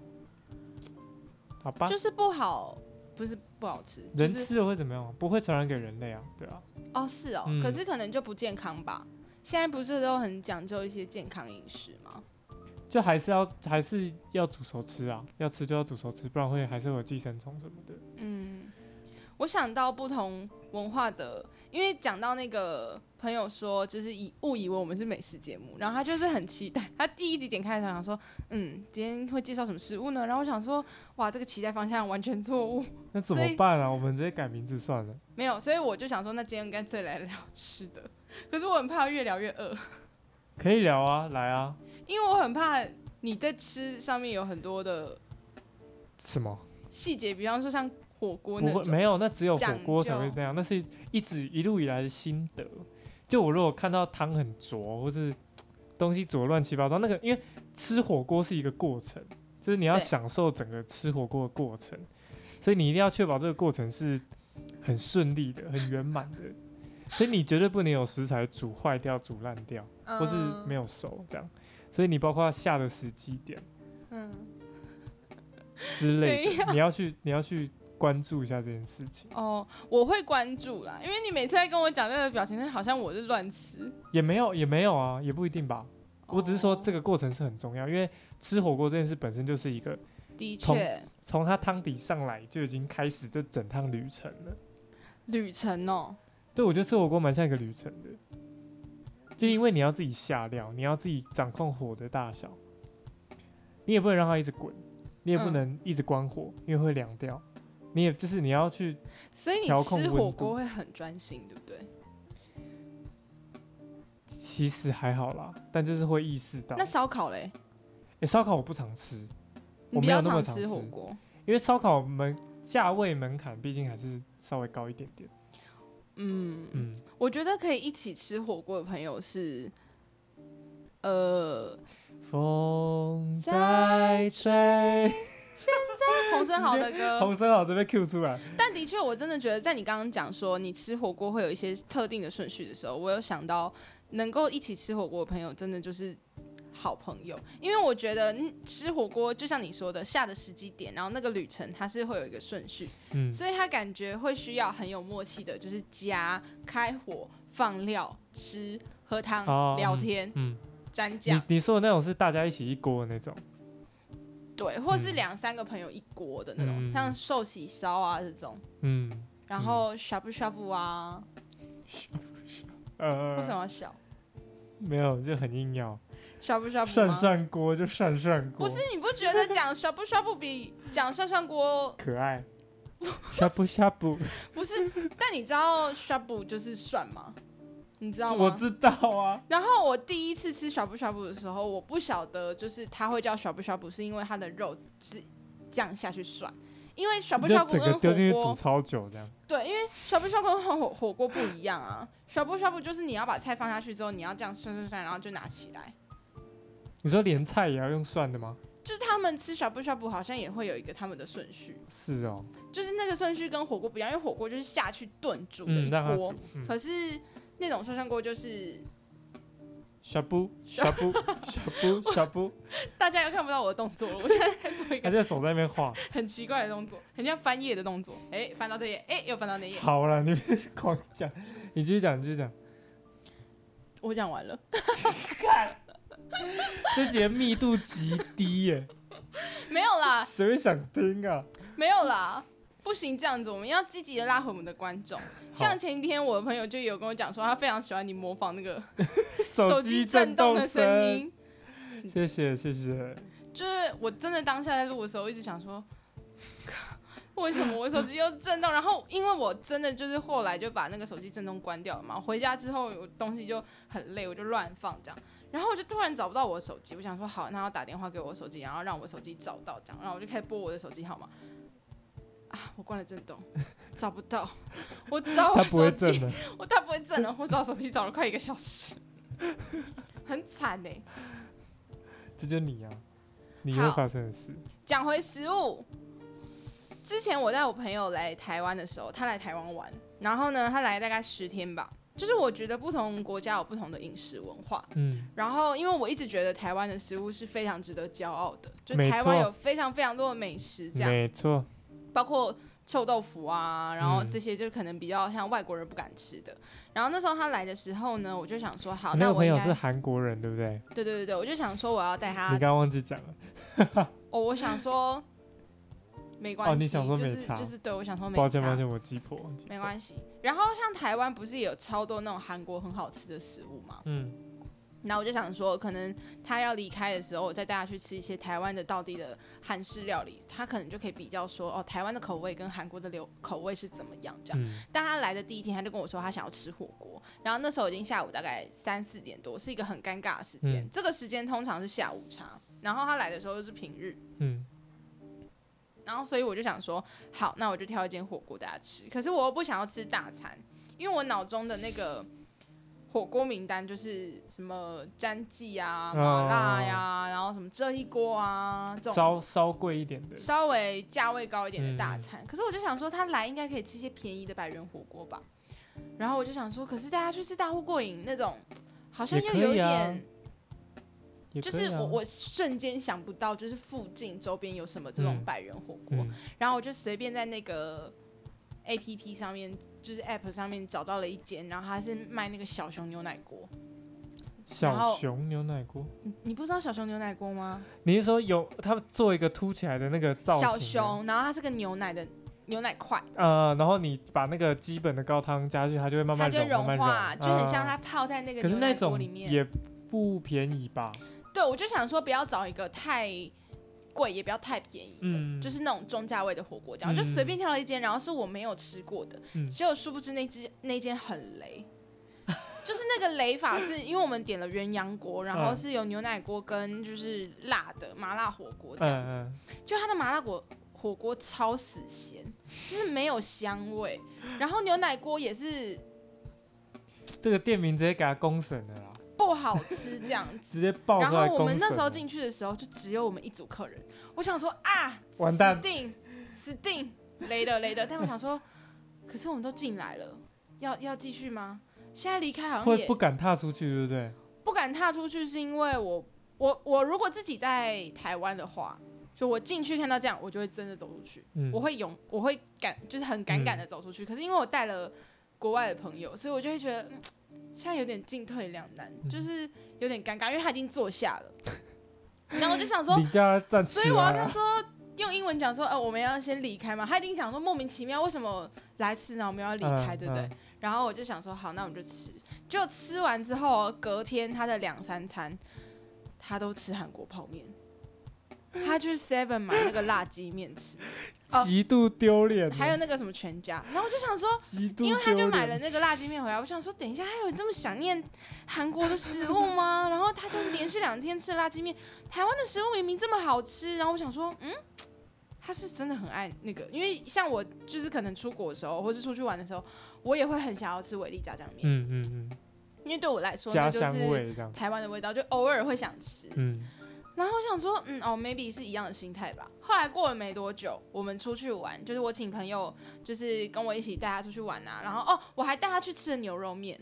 [SPEAKER 1] 好吧，
[SPEAKER 2] 就是不好，不是不好吃，就
[SPEAKER 1] 人
[SPEAKER 2] 是
[SPEAKER 1] 吃了会怎么样？不会传染给人类啊，对啊，
[SPEAKER 2] 哦是哦
[SPEAKER 1] 嗯，
[SPEAKER 2] 可是可能就不健康吧。现在不是都很讲究一些健康饮食吗？
[SPEAKER 1] 就还是要还是要煮熟吃啊，要吃就要煮熟吃，不然会还是会有寄生虫什么的。
[SPEAKER 2] 嗯，我想到不同文化的，因为讲到那个朋友说，就是以误以为我们是美食节目，然后他就是很期待，他第一集点开的时候想说，嗯，今天会介绍什么食物呢？然后我想说，哇，这个期待方向完全错误。
[SPEAKER 1] 那
[SPEAKER 2] 所
[SPEAKER 1] 怎么
[SPEAKER 2] 以
[SPEAKER 1] 办啊？我们直接改名字算了。
[SPEAKER 2] 没有，所以我就想说，那今天干脆来聊吃的。可是我很怕越聊越饿，
[SPEAKER 1] 可以聊啊，来啊。
[SPEAKER 2] 因为我很怕你在吃上面有很多的
[SPEAKER 1] 什么？
[SPEAKER 2] 细节，比方说像火锅
[SPEAKER 1] 不
[SPEAKER 2] 那
[SPEAKER 1] 会，
[SPEAKER 2] 种。
[SPEAKER 1] 没有，那只有火
[SPEAKER 2] 讲
[SPEAKER 1] 锅才
[SPEAKER 2] 究
[SPEAKER 1] 会这样。那是一直一路以来的心得。就我如果看到汤很浊，或是东西浊乱七八糟，那个因为吃火锅是一个过程，就是你要
[SPEAKER 2] 对
[SPEAKER 1] 享受整个吃火锅的过程，所以你一定要确保这个过程是很顺利的、很圆 满的。所以你绝对不能有食材煮坏掉、煮烂掉，或是没
[SPEAKER 2] 有，
[SPEAKER 1] 有熟这样。所以你包括下的时机点
[SPEAKER 2] 嗯，
[SPEAKER 1] 之类的，你要去你要去关注一下这件事情？
[SPEAKER 2] 哦，我会关注啦，因为你每次在跟我讲这个表情，好像我是乱吃。哦
[SPEAKER 1] 也没有，也没有啊，也不一定吧。我只是说这
[SPEAKER 2] 个
[SPEAKER 1] 个过程是很重要，因为吃火锅这件事本身就是一个
[SPEAKER 2] 的
[SPEAKER 1] 从
[SPEAKER 2] 确
[SPEAKER 1] 从它汤底上来就已经开始这整趟旅程了。
[SPEAKER 2] 旅程哦，
[SPEAKER 1] 对，我觉得吃火锅蛮像一个旅程的，就因为你要自己下料，你要自己掌控火的大小，你也不能让它一直滚，你也不
[SPEAKER 2] 嗯
[SPEAKER 1] 能一直关火，因为会凉掉。你也就是你要去
[SPEAKER 2] 所以你
[SPEAKER 1] 调控
[SPEAKER 2] 吃
[SPEAKER 1] 温
[SPEAKER 2] 火
[SPEAKER 1] 度
[SPEAKER 2] 锅会很专心，对不对？
[SPEAKER 1] 其实还好啦，但就是会意识到。
[SPEAKER 2] 那烧烤嘞？
[SPEAKER 1] 诶烧、烤我不常吃，
[SPEAKER 2] 你
[SPEAKER 1] 我
[SPEAKER 2] 比
[SPEAKER 1] 没
[SPEAKER 2] 较
[SPEAKER 1] 有那么常
[SPEAKER 2] 吃火
[SPEAKER 1] 吃
[SPEAKER 2] 锅，
[SPEAKER 1] 因为烧烤门价位门槛毕竟还是稍微高一点点。
[SPEAKER 2] 嗯
[SPEAKER 1] 嗯，
[SPEAKER 2] 我觉得可以一起吃火锅的朋友是，呃，
[SPEAKER 1] 嗯风在吹，
[SPEAKER 2] 洪生豪的歌。
[SPEAKER 1] 洪生好这边 Q 出来，
[SPEAKER 2] 但的确，我真的觉得，在你刚刚讲说你吃火锅会有一些特定的顺序的时候，我有想到能够一起吃火锅的朋友，真的就是好朋友。因为我觉得嗯吃火锅就像你说的，下的时机点，然后那个旅程它是会有一个顺序，
[SPEAKER 1] 嗯，
[SPEAKER 2] 所以他感觉会需要很有默契的，就是夹、开火、放料、吃、喝汤、
[SPEAKER 1] 哦
[SPEAKER 2] 聊天、
[SPEAKER 1] 嗯，
[SPEAKER 2] 蘸酱
[SPEAKER 1] 你。你说的那种是大家一起一锅的那种，
[SPEAKER 2] 对，或是
[SPEAKER 1] 嗯
[SPEAKER 2] 两三个朋友一锅的那种，
[SPEAKER 1] 嗯
[SPEAKER 2] 像寿喜烧啊这种，
[SPEAKER 1] 嗯，
[SPEAKER 2] 然后 shabu shabu 啊，为什
[SPEAKER 1] 呃，
[SPEAKER 2] 么要笑
[SPEAKER 1] 没有，就很硬要
[SPEAKER 2] shabu shabu
[SPEAKER 1] 涮
[SPEAKER 2] 吗
[SPEAKER 1] 涮锅就涮涮锅，
[SPEAKER 2] 不是，你不觉得讲 shabu shabu 比讲涮涮锅
[SPEAKER 1] 可 爱，呷哺呷哺，
[SPEAKER 2] 不是？但你知道 shabu 就是涮吗？你知道
[SPEAKER 1] 我
[SPEAKER 2] 吗？
[SPEAKER 1] 知道啊，
[SPEAKER 2] 然后我第一次吃 shabu shabu 的时候，我不晓得就是它会叫 shabu shabu，是因为它的肉是这样下去涮，因为 shabu
[SPEAKER 1] 你就
[SPEAKER 2] shabu
[SPEAKER 1] 整个
[SPEAKER 2] 跟
[SPEAKER 1] 丢进去
[SPEAKER 2] 火锅
[SPEAKER 1] 煮超久这样，
[SPEAKER 2] 对，因为小布小布和火火锅不一样啊，小布小布就是你要把菜放下去之后，你要这样涮涮涮，然后就拿起来。
[SPEAKER 1] 你说连菜也要用涮的吗？
[SPEAKER 2] 就是他们吃小布小布好像也会有一个他们的顺序，
[SPEAKER 1] 是哦，
[SPEAKER 2] 就是那个顺序跟火锅不一样，因为火锅就是下去炖煮的
[SPEAKER 1] 嗯，
[SPEAKER 2] 一
[SPEAKER 1] 让它
[SPEAKER 2] 锅，
[SPEAKER 1] 煮，嗯，
[SPEAKER 2] 可是那种涮涮锅就是
[SPEAKER 1] 呷哺呷 哺呷哺呷哺，
[SPEAKER 2] 大家又看不到我的动作了，我现在在做一
[SPEAKER 1] 他
[SPEAKER 2] 个
[SPEAKER 1] 在手在那边画，
[SPEAKER 2] 很奇怪的动作，很像翻页的动作，哎、翻到这页，哎、又翻到那页，
[SPEAKER 1] 好了，你别狂讲，你继续讲，你继续讲。
[SPEAKER 2] 我讲完了。
[SPEAKER 1] 这节密度极低 耶、
[SPEAKER 2] 没有啦，
[SPEAKER 1] 谁会想听啊？
[SPEAKER 2] 没有啦，不行这样子，我们要积极的拉回我们的观众。像前几天我的朋友就有跟我讲说，他非常喜欢你模仿那个手
[SPEAKER 1] 机
[SPEAKER 2] 机
[SPEAKER 1] 震
[SPEAKER 2] 震动的声
[SPEAKER 1] 声，
[SPEAKER 2] 音，
[SPEAKER 1] 谢谢谢谢。
[SPEAKER 2] 就是我真的当下在录的时候，一直想说。 为什么我手机又震动？然后因为我真的就是后来就把那个手机震动关掉了嘛。回家之后我东西就很累，我就乱放这样。然后我就突然找不到我的手机，我想说好，那要打电话给我手机，然后让我手机找到这样。然后我就开始拨我的手机号码。啊，我关了震动，找不到。我找我
[SPEAKER 1] 他不
[SPEAKER 2] 哦手
[SPEAKER 1] 会震
[SPEAKER 2] 机，
[SPEAKER 1] 的，
[SPEAKER 2] 我大不会震了。我找手机找了快一个小时， 很惨呢、欸
[SPEAKER 1] 这就是你啊，你会发生的事。
[SPEAKER 2] 讲回食物，之前我带我朋友来台湾的时候，他来台湾玩，然后呢，他来大概十天吧。就是我觉得不同国家有不同的饮食文化，
[SPEAKER 1] 嗯，
[SPEAKER 2] 然后因为我一直觉得台湾的食物是非常值得骄傲的，就
[SPEAKER 1] 没
[SPEAKER 2] 台湾
[SPEAKER 1] 错
[SPEAKER 2] 有非常非常多的美食，这样
[SPEAKER 1] 没错，
[SPEAKER 2] 包括臭豆腐啊，然后
[SPEAKER 1] 嗯
[SPEAKER 2] 这些就可能比较像外国人不敢吃的。然后那时候他来的时候呢，我就想说好，
[SPEAKER 1] 你那
[SPEAKER 2] 那
[SPEAKER 1] 个
[SPEAKER 2] 我
[SPEAKER 1] 朋
[SPEAKER 2] 应
[SPEAKER 1] 友
[SPEAKER 2] 该啊
[SPEAKER 1] 是韩国人，对不对？
[SPEAKER 2] 对对对对，我就想说我要带他
[SPEAKER 1] 你刚刚忘记讲了，
[SPEAKER 2] 哦，我想说没关系，
[SPEAKER 1] 哦你想说没
[SPEAKER 2] 就是
[SPEAKER 1] 差
[SPEAKER 2] 就是对我想说没
[SPEAKER 1] 抱歉
[SPEAKER 2] 差
[SPEAKER 1] 抱歉，我鸡婆，我鸡婆
[SPEAKER 2] 没关系。然后像台湾不是也有超多那种韩国很好吃的食物嘛？
[SPEAKER 1] 嗯，
[SPEAKER 2] 那我就想说，可能他要离开的时候，我再带他去吃一些台湾的道地的韩式料理，他可能就可以比较说，哦，台湾的口味跟韩国的流口味是怎么样这样。
[SPEAKER 1] 嗯，
[SPEAKER 2] 但他来的第一天，他就跟我说他想要吃火锅，然后那时候已经下午大概三四点多，是一个很尴尬的时间。
[SPEAKER 1] 嗯
[SPEAKER 2] 这个时间通常是下午茶，然后他来的时候又是平日，
[SPEAKER 1] 嗯，
[SPEAKER 2] 然后所以我就想说，好，那我就挑一间火锅大家吃。可是我又不想要吃大餐，因为我脑中的那个火锅名单就是什么詹记啊、
[SPEAKER 1] 哦
[SPEAKER 2] 麻辣呀、然后什么这一锅啊这种。
[SPEAKER 1] 啊稍稍贵一点的，
[SPEAKER 2] 稍微价位高一点的大
[SPEAKER 1] 嗯
[SPEAKER 2] 餐，可是我就想说，他来应该可以吃一些便宜的百元火锅吧。然后我就想说，可是大家去吃大户过瘾那种，好像
[SPEAKER 1] 也
[SPEAKER 2] 又
[SPEAKER 1] 可
[SPEAKER 2] 有一
[SPEAKER 1] 以啊
[SPEAKER 2] 点
[SPEAKER 1] 也
[SPEAKER 2] 就
[SPEAKER 1] 可以
[SPEAKER 2] 是
[SPEAKER 1] 啊
[SPEAKER 2] 我我瞬间想不到，就是附近周边有什么这种
[SPEAKER 1] 嗯
[SPEAKER 2] 百元火锅，
[SPEAKER 1] 嗯
[SPEAKER 2] 然后我就随便在那个 A P P 上面，就是 App 上面找到了一间，然后它是卖那个小熊牛奶锅。
[SPEAKER 1] 小
[SPEAKER 2] 后
[SPEAKER 1] 熊牛奶锅，
[SPEAKER 2] 你你不知道小熊牛奶锅吗？
[SPEAKER 1] 你是说有他们做一个凸起来的那个造型？
[SPEAKER 2] 小，熊，然后它是个牛奶的牛奶块，
[SPEAKER 1] 呃，然后你把那个基本的高汤加进去，它就会慢
[SPEAKER 2] 它
[SPEAKER 1] 慢
[SPEAKER 2] 就会
[SPEAKER 1] 融，慢
[SPEAKER 2] 融化，
[SPEAKER 1] 慢融
[SPEAKER 2] 就很像
[SPEAKER 1] 啊
[SPEAKER 2] 它泡在那个
[SPEAKER 1] 可是
[SPEAKER 2] 牛奶
[SPEAKER 1] 那
[SPEAKER 2] 锅
[SPEAKER 1] 种
[SPEAKER 2] 里面。
[SPEAKER 1] 也不便宜吧？
[SPEAKER 2] 对，我就想说不要找一个太贵，也不要太便宜的，
[SPEAKER 1] 嗯
[SPEAKER 2] 就是那种中价位的火锅这样，我就随便挑了一间，然后是我没有吃过的，
[SPEAKER 1] 嗯
[SPEAKER 2] 结果殊不知那只那间很雷。 就是那个雷法是，因为我们点了鸳鸯锅，然后
[SPEAKER 1] 嗯
[SPEAKER 2] 是有牛奶锅跟就是辣的麻辣火锅这样
[SPEAKER 1] 嗯
[SPEAKER 2] 子，
[SPEAKER 1] 嗯，
[SPEAKER 2] 就它的麻辣火火锅超死咸，就是没有香味，然后牛奶锅也是
[SPEAKER 1] 这个店名直接给它公审了啦，
[SPEAKER 2] 不好吃这样子。
[SPEAKER 1] 直接爆
[SPEAKER 2] 然
[SPEAKER 1] 出
[SPEAKER 2] 后
[SPEAKER 1] 来公审了。
[SPEAKER 2] 我们那时候进去的时候，就只有我们一组客人。我想说啊，
[SPEAKER 1] 完蛋
[SPEAKER 2] 死定，死定，雷的雷的。但我想说，可是我们都进来了，要要继续吗？现在离开好像
[SPEAKER 1] 会
[SPEAKER 2] 也
[SPEAKER 1] 不敢踏出去，对不对？
[SPEAKER 2] 不敢踏出去，是因为我我我如果自己在台湾的话，就我进去看到这样，我就会真的走出去，
[SPEAKER 1] 嗯，
[SPEAKER 2] 我会勇，我会敢，就是很敢敢
[SPEAKER 1] 嗯
[SPEAKER 2] 的走出去。可是因为我带了国外的朋友，所以我就会觉得、嗯现在有点进退两难，
[SPEAKER 1] 嗯
[SPEAKER 2] 就是有点尴尬，因为他已经坐下了。然后我就想说，
[SPEAKER 1] 你叫他站起
[SPEAKER 2] 所
[SPEAKER 1] 来啊，
[SPEAKER 2] 以我要跟他说用英文讲说，呃，我们要先离开嘛。他一定讲说莫名其妙，为什么来吃然后我们要离开，
[SPEAKER 1] 嗯
[SPEAKER 2] 对不对？
[SPEAKER 1] 嗯
[SPEAKER 2] 然后我就想说，好，那我们就吃。就吃完之后，隔天他的两三餐，他都吃韩国泡面。他去 Seven 买那个辣鸡面 吃，哦
[SPEAKER 1] 极度丢脸了，
[SPEAKER 2] 还有那个什么全家。然后我就想说，
[SPEAKER 1] 极度丢脸，
[SPEAKER 2] 因为他就买了那个辣鸡面回来，我想说，等一下还有人这么想念韩国的食物吗？然后他就连续两天吃辣鸡面，台湾的食物明明这么好吃，然后我想说，嗯，他是真的很爱那个，因为像我就是可能出国的时候，或是出去玩的时候，我也会很想要吃伟力炸酱面，
[SPEAKER 1] 嗯嗯嗯，
[SPEAKER 2] 因为对我来说
[SPEAKER 1] 家
[SPEAKER 2] 那就
[SPEAKER 1] 乡
[SPEAKER 2] 是
[SPEAKER 1] 味这样，
[SPEAKER 2] 台湾的味道，就偶尔会想吃。
[SPEAKER 1] 嗯，
[SPEAKER 2] 然后我想说，嗯，哦，maybe 是一样的心态吧。后来过了没多久，我们出去玩，就是我请朋友，就是跟我一起带他出去玩啊。然后哦，我还带他去吃了牛肉面，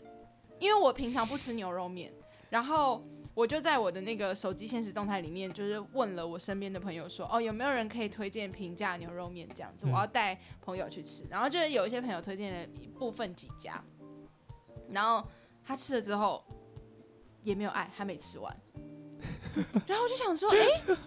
[SPEAKER 2] 因为我平常不吃牛肉面。然后我就在我的那个手机现实动态里面，就是问了我身边的朋友说，哦，有没有人可以推荐平价牛肉面这样子？
[SPEAKER 1] 嗯
[SPEAKER 2] 我要带朋友去吃。然后就是有一些朋友推荐了一部分几家，然后他吃了之后也没有爱，还没吃完。然后我就想说，哎、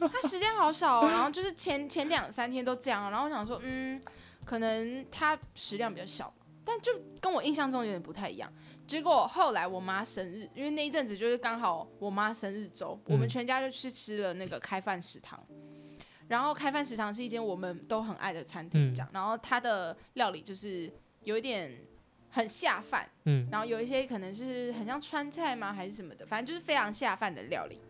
[SPEAKER 2] 他食量好少、哦。然后就是前前两三天都这样，然后我想说，嗯，可能他食量比较小，但就跟我印象中有点不太一样。结果后来我妈生日，因为那一阵子就是刚好我妈生日周，我们
[SPEAKER 1] 嗯
[SPEAKER 2] 全家就去吃了那个开饭食堂。然后开饭食堂是一间我们都很爱的餐
[SPEAKER 1] 嗯
[SPEAKER 2] 厅，这样。然后它的料理就是有一点很下饭，
[SPEAKER 1] 嗯，
[SPEAKER 2] 然后有一些可能是很像川菜吗，还是什么的，反正就是非常下饭的料理。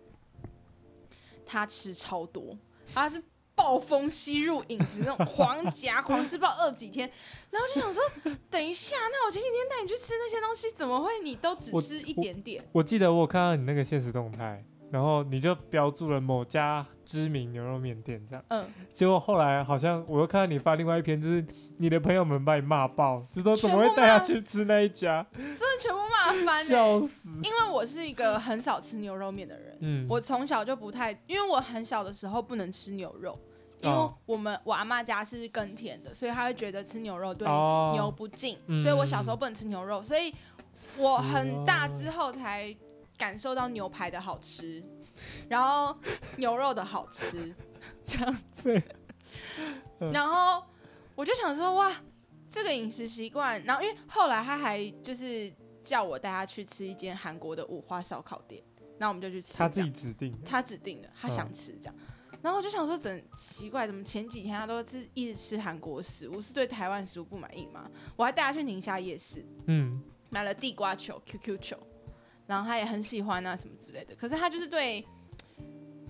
[SPEAKER 2] 他吃超多，他是暴风吸入饮食那种狂夹狂吃，不知道饿几天。然后就想说，等一下，那我前几天带你去吃那些东西，怎么会你都只
[SPEAKER 1] 我
[SPEAKER 2] 吃一
[SPEAKER 1] 我
[SPEAKER 2] 点点？
[SPEAKER 1] 我记得我有看到你那个现实动态，然后你就标注了某家知名牛肉面店这样，
[SPEAKER 2] 嗯，
[SPEAKER 1] 结果后来好像我又看到你发另外一篇，就是你的朋友们把你骂爆，就说怎么
[SPEAKER 2] 全
[SPEAKER 1] 会
[SPEAKER 2] 部
[SPEAKER 1] 带他
[SPEAKER 2] 骂
[SPEAKER 1] 去吃那一家，
[SPEAKER 2] 真的全部骂翻了、
[SPEAKER 1] 笑死，
[SPEAKER 2] 因为我是一个很少吃牛肉面的人，
[SPEAKER 1] 嗯，
[SPEAKER 2] 我从小就不太，因为我很小的时候不能吃牛肉，因为
[SPEAKER 1] 哦
[SPEAKER 2] 我们我阿妈家是耕田的，所以她会觉得吃牛肉对
[SPEAKER 1] 哦
[SPEAKER 2] 牛不敬，
[SPEAKER 1] 嗯
[SPEAKER 2] 所以我小时候不能吃牛肉，所以我很大
[SPEAKER 1] 是
[SPEAKER 2] 之
[SPEAKER 1] 哦
[SPEAKER 2] 后才感受到牛排的好吃，然后牛肉的好吃，这样，
[SPEAKER 1] 对，嗯
[SPEAKER 2] 然后我就想说哇，这个饮食习惯，然后因为后来他还就是叫我带他去吃一间韩国的五花烧烤店，然后我们就去吃，
[SPEAKER 1] 他
[SPEAKER 2] 这
[SPEAKER 1] 自
[SPEAKER 2] 样
[SPEAKER 1] 己指定的，
[SPEAKER 2] 他指定的，他想吃这样。然后我就想说，怎奇怪，怎么前几天他都是一直吃韩国食物，是对台湾食物不满意吗？我还带他去宁夏夜市
[SPEAKER 1] 嗯，
[SPEAKER 2] 买了地瓜球、QQ 球，然后他也很喜欢啊什么之类的。可是他就是对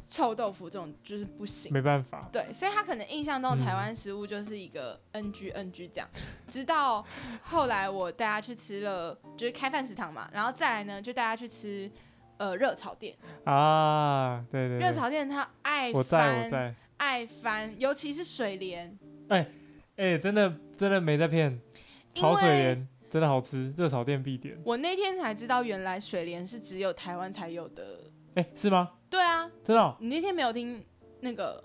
[SPEAKER 2] 臭豆腐这种就是不行，
[SPEAKER 1] 没办法，
[SPEAKER 2] 对，所以他可能印象中
[SPEAKER 1] 嗯
[SPEAKER 2] 台湾食物就是一个 NG NG 这样。直到后来我带他去吃了，就是开饭食堂嘛，然后再来呢就带他去吃呃热炒店，
[SPEAKER 1] 啊，对对
[SPEAKER 2] 热
[SPEAKER 1] 对，
[SPEAKER 2] 炒店他爱
[SPEAKER 1] 我在我
[SPEAKER 2] 翻
[SPEAKER 1] 在，
[SPEAKER 2] 爱翻，尤其是水莲，
[SPEAKER 1] 哎、真的真的没在骗，
[SPEAKER 2] 因
[SPEAKER 1] 炒水
[SPEAKER 2] 为
[SPEAKER 1] 莲真的好吃，热炒店必点。
[SPEAKER 2] 我那天才知道，原来水莲是只有台湾才有的
[SPEAKER 1] 哎、是吗？
[SPEAKER 2] 对啊，
[SPEAKER 1] 真的、哦？
[SPEAKER 2] 你那天没有听那个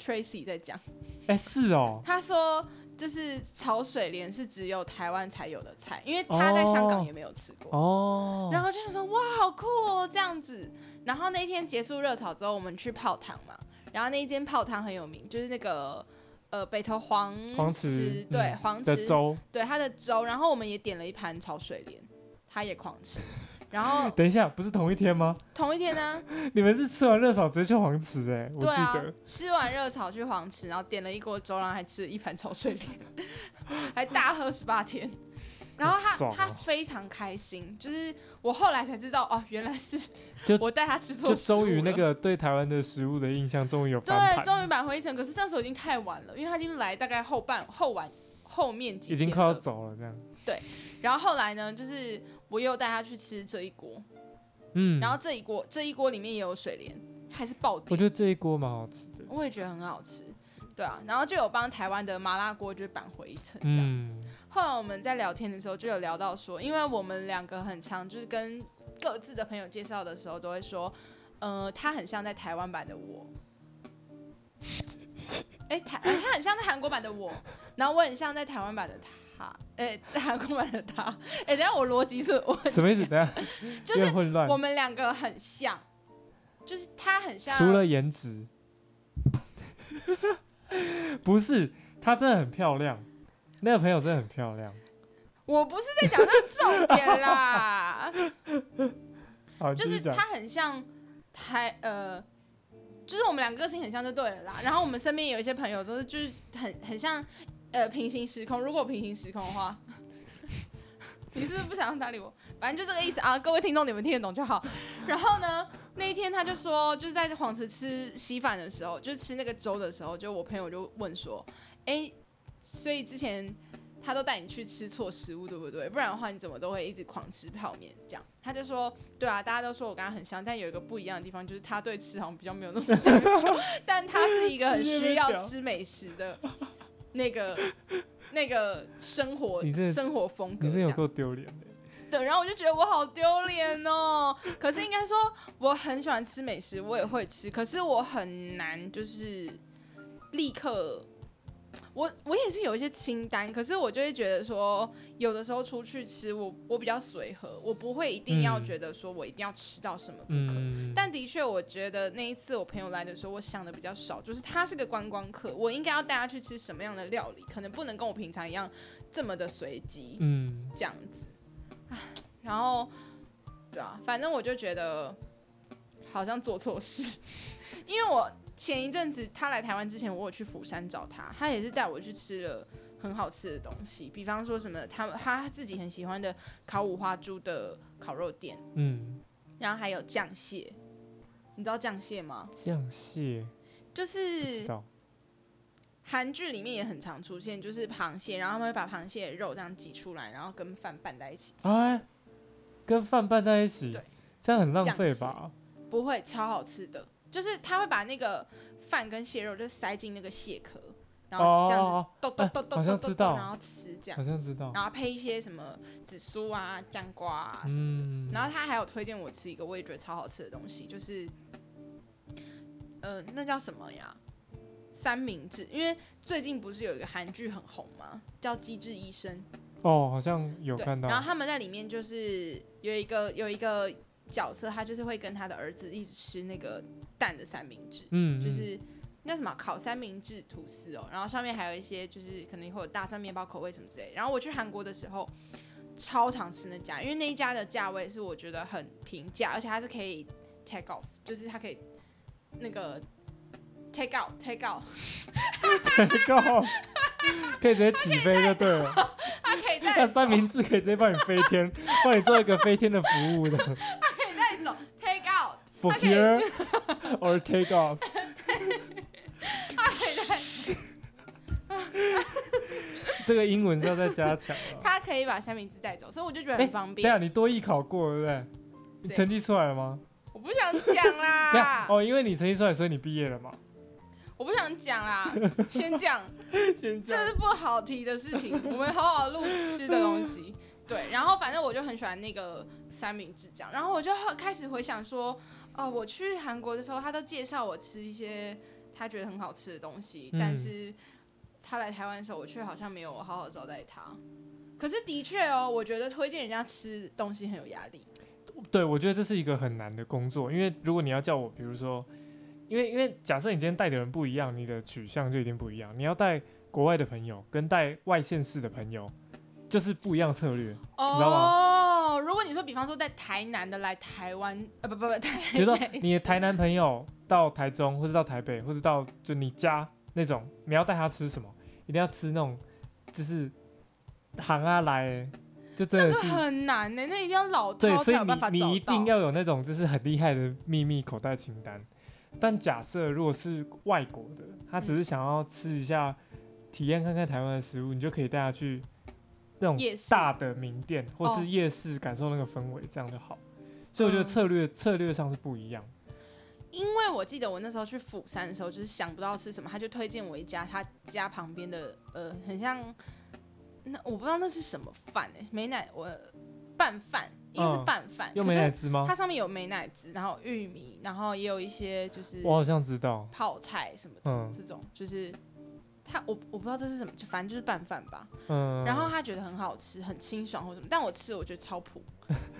[SPEAKER 2] Tracy 在讲，
[SPEAKER 1] 哎、是哦，
[SPEAKER 2] 他说就是炒水莲是只有台湾才有的菜，因为他在香港也没有吃过。
[SPEAKER 1] 哦，
[SPEAKER 2] 然后就是说哇，好酷哦，这样子。然后那天结束热炒之后，我们去泡汤嘛，然后那一间泡汤很有名，就是那个呃北投黄
[SPEAKER 1] 黄池
[SPEAKER 2] 对
[SPEAKER 1] 嗯
[SPEAKER 2] 黄
[SPEAKER 1] 的
[SPEAKER 2] 池
[SPEAKER 1] 粥，
[SPEAKER 2] 对它的粥，然后我们也点了一盘炒水莲，他也狂吃。然后
[SPEAKER 1] 等一下，不是同一天吗？
[SPEAKER 2] 同一天呢，
[SPEAKER 1] 你们是吃完热炒直接去黄池哎、我
[SPEAKER 2] 对
[SPEAKER 1] 记
[SPEAKER 2] 啊
[SPEAKER 1] 得。，
[SPEAKER 2] 吃完热炒去黄池，然后点了一锅粥，然后还吃了一盘炒水莲， 还大喝十八天。然后
[SPEAKER 1] 好
[SPEAKER 2] 他、
[SPEAKER 1] 爽哦
[SPEAKER 2] 他非常开心，就是我后来才知道哦，原来是
[SPEAKER 1] 就
[SPEAKER 2] 我带他吃错
[SPEAKER 1] 就
[SPEAKER 2] 食物
[SPEAKER 1] 终于那
[SPEAKER 2] 了
[SPEAKER 1] 个对台湾的食物的印象终于有翻
[SPEAKER 2] 对，
[SPEAKER 1] 盘，
[SPEAKER 2] 终于挽回一城。可是那时候已经太晚了，因为他已经来大概后半后晚后面几
[SPEAKER 1] 已
[SPEAKER 2] 天
[SPEAKER 1] 经快要
[SPEAKER 2] 了
[SPEAKER 1] 走了这样。
[SPEAKER 2] 然后后来呢，就是我又带他去吃这一锅，
[SPEAKER 1] 嗯，
[SPEAKER 2] 然后这一锅这一锅里面也有水莲，还是爆
[SPEAKER 1] 我
[SPEAKER 2] 点，
[SPEAKER 1] 觉得这一锅蛮好吃的。
[SPEAKER 2] 我也觉得很好吃。对啊，然后就有帮台湾的麻辣锅就是扳回一城这样。
[SPEAKER 1] 嗯，
[SPEAKER 2] 后来我们在聊天的时候就有聊到说，因为我们两个很常就是跟各自的朋友介绍的时候都会说，呃，他很像在台湾版的我。哎、台、呃他很像在韩国版的我，然后我很像在台湾版的他，哎、在韩国版的他，哎、等一下我逻辑是 我
[SPEAKER 1] 什么意思？等一下
[SPEAKER 2] 就
[SPEAKER 1] 有
[SPEAKER 2] 是
[SPEAKER 1] 点混乱
[SPEAKER 2] 我。们两个很像，就是他很像，
[SPEAKER 1] 除了颜值， 不是，她真的很漂亮，那个朋友真的很漂亮。
[SPEAKER 2] 我不是在讲那重点 啦，
[SPEAKER 1] 好，
[SPEAKER 2] 就
[SPEAKER 1] 你继
[SPEAKER 2] 是
[SPEAKER 1] 续讲
[SPEAKER 2] 他很像台呃，就是我们两个个性很像就对了啦。然后我们身边有一些朋友都是就是很很像呃平行时空，如果平行时空的话。 你是不是不想让他理我？反正就这个意思啊，各位听众你们听得懂就好。然后呢，那一天他就说，就是在黄池吃稀饭的时候，就是吃那个粥的时候，就我朋友就问说，哎、所以之前他都带你去吃错食物，对不对？不然的话你怎么都会一直狂吃泡面这样？他就说，对啊，大家都说我跟他很像，但有一个不一样的地方就是他对吃好像比较没有那么讲究，但他是一个很需要吃美食的那个那个生活
[SPEAKER 1] 你这
[SPEAKER 2] 生活风格这
[SPEAKER 1] 你真有
[SPEAKER 2] 样。
[SPEAKER 1] 够丢脸的。
[SPEAKER 2] 对，然后我就觉得我好丢脸哦。可是应该说，我很喜欢吃美食，我也会吃，可是我很难就是立刻。我我也是有一些清单，可是我就会觉得说，有的时候出去吃，我我比较随和，我不会一定要
[SPEAKER 1] 嗯
[SPEAKER 2] 觉得说我一定要吃到什么不可。
[SPEAKER 1] 嗯，
[SPEAKER 2] 但的确，我觉得那一次我朋友来的时候，我想的比较少，就是他是个观光客，我应该要带他去吃什么样的料理，可能不能跟我平常一样这么的随机。
[SPEAKER 1] 嗯，
[SPEAKER 2] 这样子，唉然后对啊，反正我就觉得好像做错事， 因为我前一阵子他来台湾之前，我有去釜山找他，他也是带我去吃了很好吃的东西，比方说什么他他自己很喜欢的烤五花猪的烤肉店，
[SPEAKER 1] 嗯，
[SPEAKER 2] 然后还有酱蟹，你知道酱蟹吗？
[SPEAKER 1] 酱蟹
[SPEAKER 2] 就
[SPEAKER 1] 不知
[SPEAKER 2] 是
[SPEAKER 1] 道。
[SPEAKER 2] 韩剧里面也很常出现，就是螃蟹，然后他们会把螃蟹的肉这样挤出来，然后跟饭拌在一起吃。
[SPEAKER 1] 哎，跟饭拌在一起
[SPEAKER 2] 对，
[SPEAKER 1] 这样很浪
[SPEAKER 2] 酱
[SPEAKER 1] 费
[SPEAKER 2] 蟹
[SPEAKER 1] 吧？
[SPEAKER 2] 不会，超好吃的。就是他会把那个饭跟蟹肉就塞进那个蟹壳，然后这样
[SPEAKER 1] 哦哦哦
[SPEAKER 2] 子咚咚
[SPEAKER 1] 哎
[SPEAKER 2] 咚
[SPEAKER 1] 好
[SPEAKER 2] 咚
[SPEAKER 1] 像
[SPEAKER 2] 咚咚
[SPEAKER 1] 知道
[SPEAKER 2] 咚，然后吃这样
[SPEAKER 1] 好，像知道。
[SPEAKER 2] 然后配一些什么紫苏啊、酱瓜啊什么。
[SPEAKER 1] 嗯，
[SPEAKER 2] 然后他还有推荐我吃一个我也觉得超好吃的东西，就是，呃，那叫什么呀？三明治，因为最近不是有一个韩剧很红吗？叫《机智医生》。
[SPEAKER 1] 哦，好像有
[SPEAKER 2] 对，
[SPEAKER 1] 看到。
[SPEAKER 2] 然后他们在里面就是有一个有一个角色，他就是会跟他的儿子一直吃那个蛋的三明治，
[SPEAKER 1] 嗯，
[SPEAKER 2] 就
[SPEAKER 1] 嗯
[SPEAKER 2] 是那什么烤三明治吐司哦，然后上面还有一些就是可能会有大蒜面包口味什么之类。然后我去韩国的时候。超常吃那家，因为那一家的价位是我觉得很平价，而且它是可以 take off，就是它可以那个 take out take out，
[SPEAKER 1] 够，嗯可以直接起飞就对了。
[SPEAKER 2] 它可以带
[SPEAKER 1] 那
[SPEAKER 2] 走
[SPEAKER 1] 三明治可以直接帮你飞天，帮你做一个飞天的服务 的。
[SPEAKER 2] 可以带走 take out，
[SPEAKER 1] For
[SPEAKER 2] 它可以
[SPEAKER 1] here or take off，
[SPEAKER 2] 它可以带
[SPEAKER 1] 这个英文是要再加强了。
[SPEAKER 2] 他可以把三明治带走，所以我就觉得
[SPEAKER 1] 哎
[SPEAKER 2] 很方
[SPEAKER 1] 对
[SPEAKER 2] 便。
[SPEAKER 1] 啊，你多艺考过对不对？你
[SPEAKER 2] 对
[SPEAKER 1] 成绩出来了吗？
[SPEAKER 2] 我不想讲
[SPEAKER 1] 对啊
[SPEAKER 2] 啦，，
[SPEAKER 1] 哦，因为你成绩出来，所以你毕业了嘛。
[SPEAKER 2] 我不想讲 啦，先讲，
[SPEAKER 1] 先这
[SPEAKER 2] 这
[SPEAKER 1] 样。
[SPEAKER 2] 是不好提的事情，我们好好录吃的东西。对，然后反正我就很喜欢那个三明治酱，然后我就开始回想说，哦，我去韩国的时候，他都介绍我吃一些他觉得很好吃的东西，
[SPEAKER 1] 嗯
[SPEAKER 2] 但是他来台湾的时候，我却好像没有好好招待他。可是的确哦，我觉得推荐人家吃东西很有压力。
[SPEAKER 1] 对，我觉得这是一个很难的工作，因为如果你要叫我，比如说，因为因为假设你今天带的人不一样，你的取向就一定不一样。你要带国外的朋友，跟带外县市的朋友，就是不一样策略。知道
[SPEAKER 2] 哦，如果你说，比方说带台南的来台湾，呃，不不不，台
[SPEAKER 1] 比如说
[SPEAKER 2] 北
[SPEAKER 1] 你的
[SPEAKER 2] 市
[SPEAKER 1] 台南朋友到台中，或是到台北，或是到就你家那种，你要带他吃什么？一定要吃那种，就是行啊来欸，就真的
[SPEAKER 2] 那
[SPEAKER 1] 是。
[SPEAKER 2] 很难欸呢、那一定要老
[SPEAKER 1] 对，
[SPEAKER 2] 饕
[SPEAKER 1] 所
[SPEAKER 2] 才
[SPEAKER 1] 以
[SPEAKER 2] 有办法
[SPEAKER 1] 你
[SPEAKER 2] 找
[SPEAKER 1] 你一定
[SPEAKER 2] 到。
[SPEAKER 1] 要有那种就是很厉害的秘密口袋清单。但假设如果是外国的，他
[SPEAKER 2] 嗯
[SPEAKER 1] 只是想要吃一下、体验看看台湾的食物，你就可以带他去那种
[SPEAKER 2] 夜市
[SPEAKER 1] 大的名店或
[SPEAKER 2] 哦
[SPEAKER 1] 是夜市，感受那个氛围，这样就好。所以我觉得
[SPEAKER 2] 嗯
[SPEAKER 1] 策略、策略上是不一样。
[SPEAKER 2] 因为我记得我那时候去釜山的时候，就是想不到吃什么，他就推荐我一家他家旁边的，呃，很像那我不知道那是什么饭哎、美乃我拌饭，应该是
[SPEAKER 1] 嗯
[SPEAKER 2] 拌饭，
[SPEAKER 1] 用
[SPEAKER 2] 可
[SPEAKER 1] 美
[SPEAKER 2] 是
[SPEAKER 1] 乃滋吗
[SPEAKER 2] 它？上面有美乃滋，然后玉米，然后也有一些就是
[SPEAKER 1] 我好像知道，
[SPEAKER 2] 泡菜什么的，
[SPEAKER 1] 嗯
[SPEAKER 2] 这种就是他我我不知道这是什么，就反正就是拌饭吧。
[SPEAKER 1] 嗯。
[SPEAKER 2] 然后他觉得很好吃，很清爽或什么，但我吃我觉得超普，